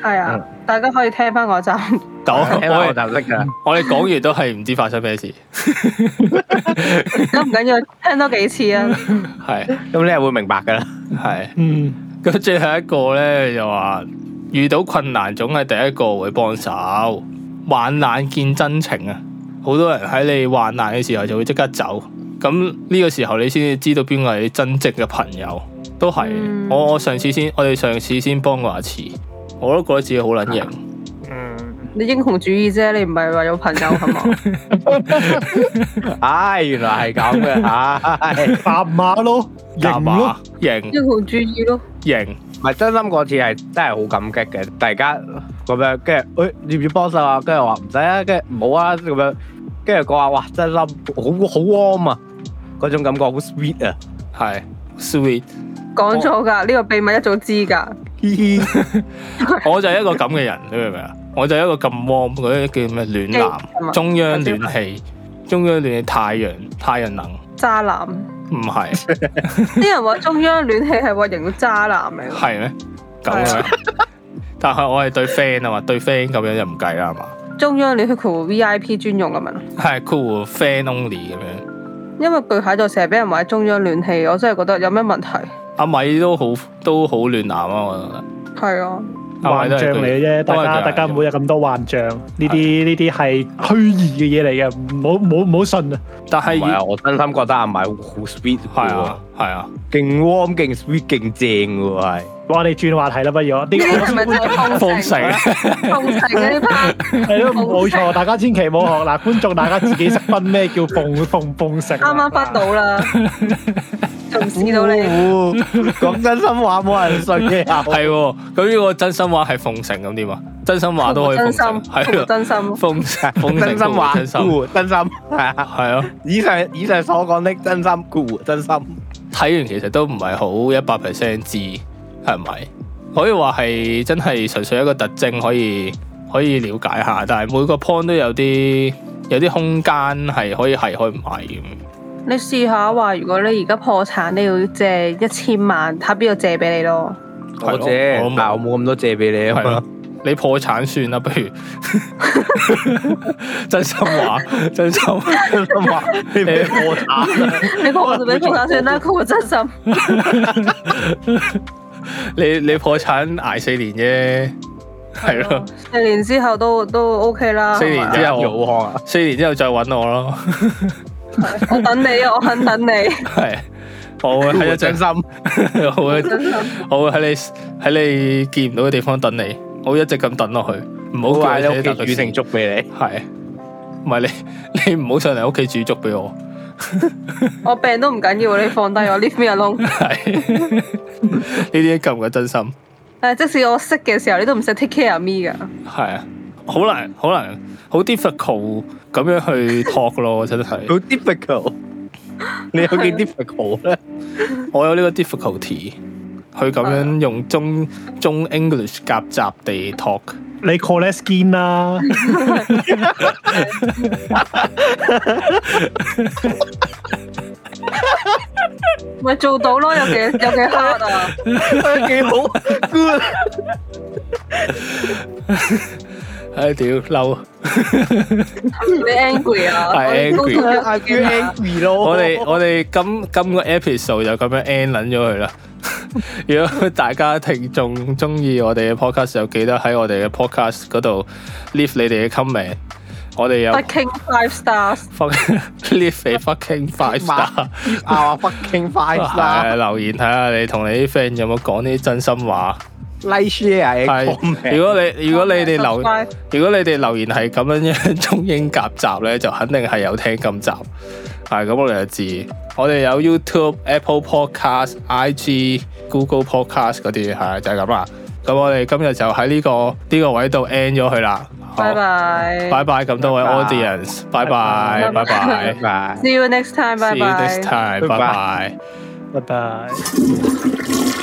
係啊，大家可以聽翻嗰集。
但我
聽 啊落我
我哋
就識㗎。
我哋講完都係唔知發生咩事，
都唔緊要，聽多幾次啊。
係
咁你係會明白㗎啦。
係。
Ừ. 嗯，
咁最後一個咧就話遇到困難總係第一個會幫手，患難見真情啊！好多人喺你患難嘅時候就會即刻走，咁呢個時候你先至知道邊個係你真正嘅朋友，都係、
嗯
我我上次先我哋上次先幫過一次，我都覺得自己好撚型，
嗯。
你英雄主義啫，你唔係話有朋友係嘛？
唉，原來係咁嘅。唉，
白馬咯，
夾
型咯
嘛，型
英雄主義咯，
型
唔係真心嗰次係真係好感激嘅。大家咁樣，跟住誒要唔要幫手啊？跟住話唔使啊，跟住冇啊咁樣。跟住講話哇，真心好好 warm 啊！嗰種感覺好 sweet à. 啊！
係 sweet，
講咗㗎，呢個秘密一早知㗎。
我就係一個咁嘅人，你明唔明啊？我就係一個咁 warm 嗰啲叫咩暖男。
係嘛
中央暖氣，中央暖氣太陽太陽能，
渣男，
唔係
啲人話中央暖氣係話形容渣男嚟 㗎。
係咩？
啊
咁嘅咩？但係我係對 friend 啊嘛，對 friend 咁樣就唔計啦係嘛，
中央暖氣佢 V I P 專用咁樣。
係 cool friend only 咁樣。
因為巨蟹座成日俾人話係中央暖氣，我真係覺得有咩問題？
阿米都好都好暖男啊，我覺得。
係啊，
阿
幻
米都
象
係佢
嚟嘅啫，大家大家唔好。有咁多幻象，呢啲呢啲係虛擬嘅嘢嚟嘅，唔好唔好唔好信啊！
但係
唔係
係
啊，我真心覺得阿米好好 sweet 㗎喎
啊，係啊，
勁 warm、勁 sweet、勁正嘅喎係。
我哋轉話題啦，不如呢
呢啲係咪真係
豐
奉
盛
承？奉承嘅啊呢 part
係咯，冇錯，大家千祈唔好學嗱，觀眾大家自己識分咩叫奉奉奉承。啊
啱啱分到 啦，就唔試到你。
哦講真心話冇人信嘅啊！
係喎。咁呢個真心話係奉承咁點啊？真心話都可以奉
真
承，
心，
係咯。
真心。
奉承奉承
真心話，
真心
顧真心係啊！
係啊。
以上以上所講的真心顧真心，
睇完其實都唔係好一百 percent 知係咪？可以話係真係純粹一個特徵，可以可以了解下，但係每個 point 都有啲有啲空間係可以係可以唔係咁。
你試下話，如果你而家破產，你要借一千萬，睇邊個借俾你 咯？
係
我借，
我我冇
但我冇咁多借俾你啊
係
嘛
咯。，你破產算啦，不如 真心 話，真心話
真心話 你唔好破產啊，
你個我就俾破產 算啦，佢個真心。
你你破產捱四年啫，係咯，
四年之後都都 OK 啦。
四年之後
有好啊！
四年之後再揾我咯，
係咪我等你啊，我肯等你。
係， 我會喺
顧
一
真
陣，
心，
我會
真心
我會喺你喺你見唔到嘅地方等你，我會一直咁等落去，唔
好
好
話
叫
你屋
搭的
企煮
士
成粥俾你，
係，唔係你 你唔好上嚟屋企煮粥俾我，
我病都唔緊要，你放低我 leave me alone。
係呢啲夠唔夠真心？
誒，即使我識嘅時候，你都唔使 take care of me 噶。
係啊，好難好難好 difficult 咁樣去 talk 咯，真
好
係，
difficult。你有幾 difficult 咧？
我有呢個 difficulty，去咁樣用中中 English 夾雜地 talk，
你 call less skin 啦，
咪做到咯，有幾有幾 hard 啊？
幾好 good，
唉屌嬲！
你 angry 啊？
係
我都
angry
同一
阿 U
樣啊
angry 咯，
我哋我哋今今個 episode 就咁樣 end 撚咗佢啦。 如果大家聽眾中意我哋嘅 podcast，就記得喺我哋嘅 podcast 嗰度 leave 你哋嘅 comment。我哋有
Fucking five stars。
fuck leave 你 fucking five star。
啊 fucking five
係啊
star
留言睇下你同你啲 friend 有冇講啲真心話。
like share
係
comment
如果你如果你哋留
Subscribe
如果你哋留言係咁樣樣中英夾雜咧，就肯定係有聽今集。係咁，我哋就知。我哋有 YouTube、Apple Podcast、IG、Google Podcast 嗰啲，係就係咁啦。咁我哋今日就喺呢、個呢、個位度 end 咗佢啦。好
拜，拜。
拜拜，咁多位
拜拜
audience，拜拜，拜
拜拜
拜
拜拜。
See you next
，see
time. 拜
you
拜
next time，拜
拜
拜
拜。
拜拜。
Uh-huh.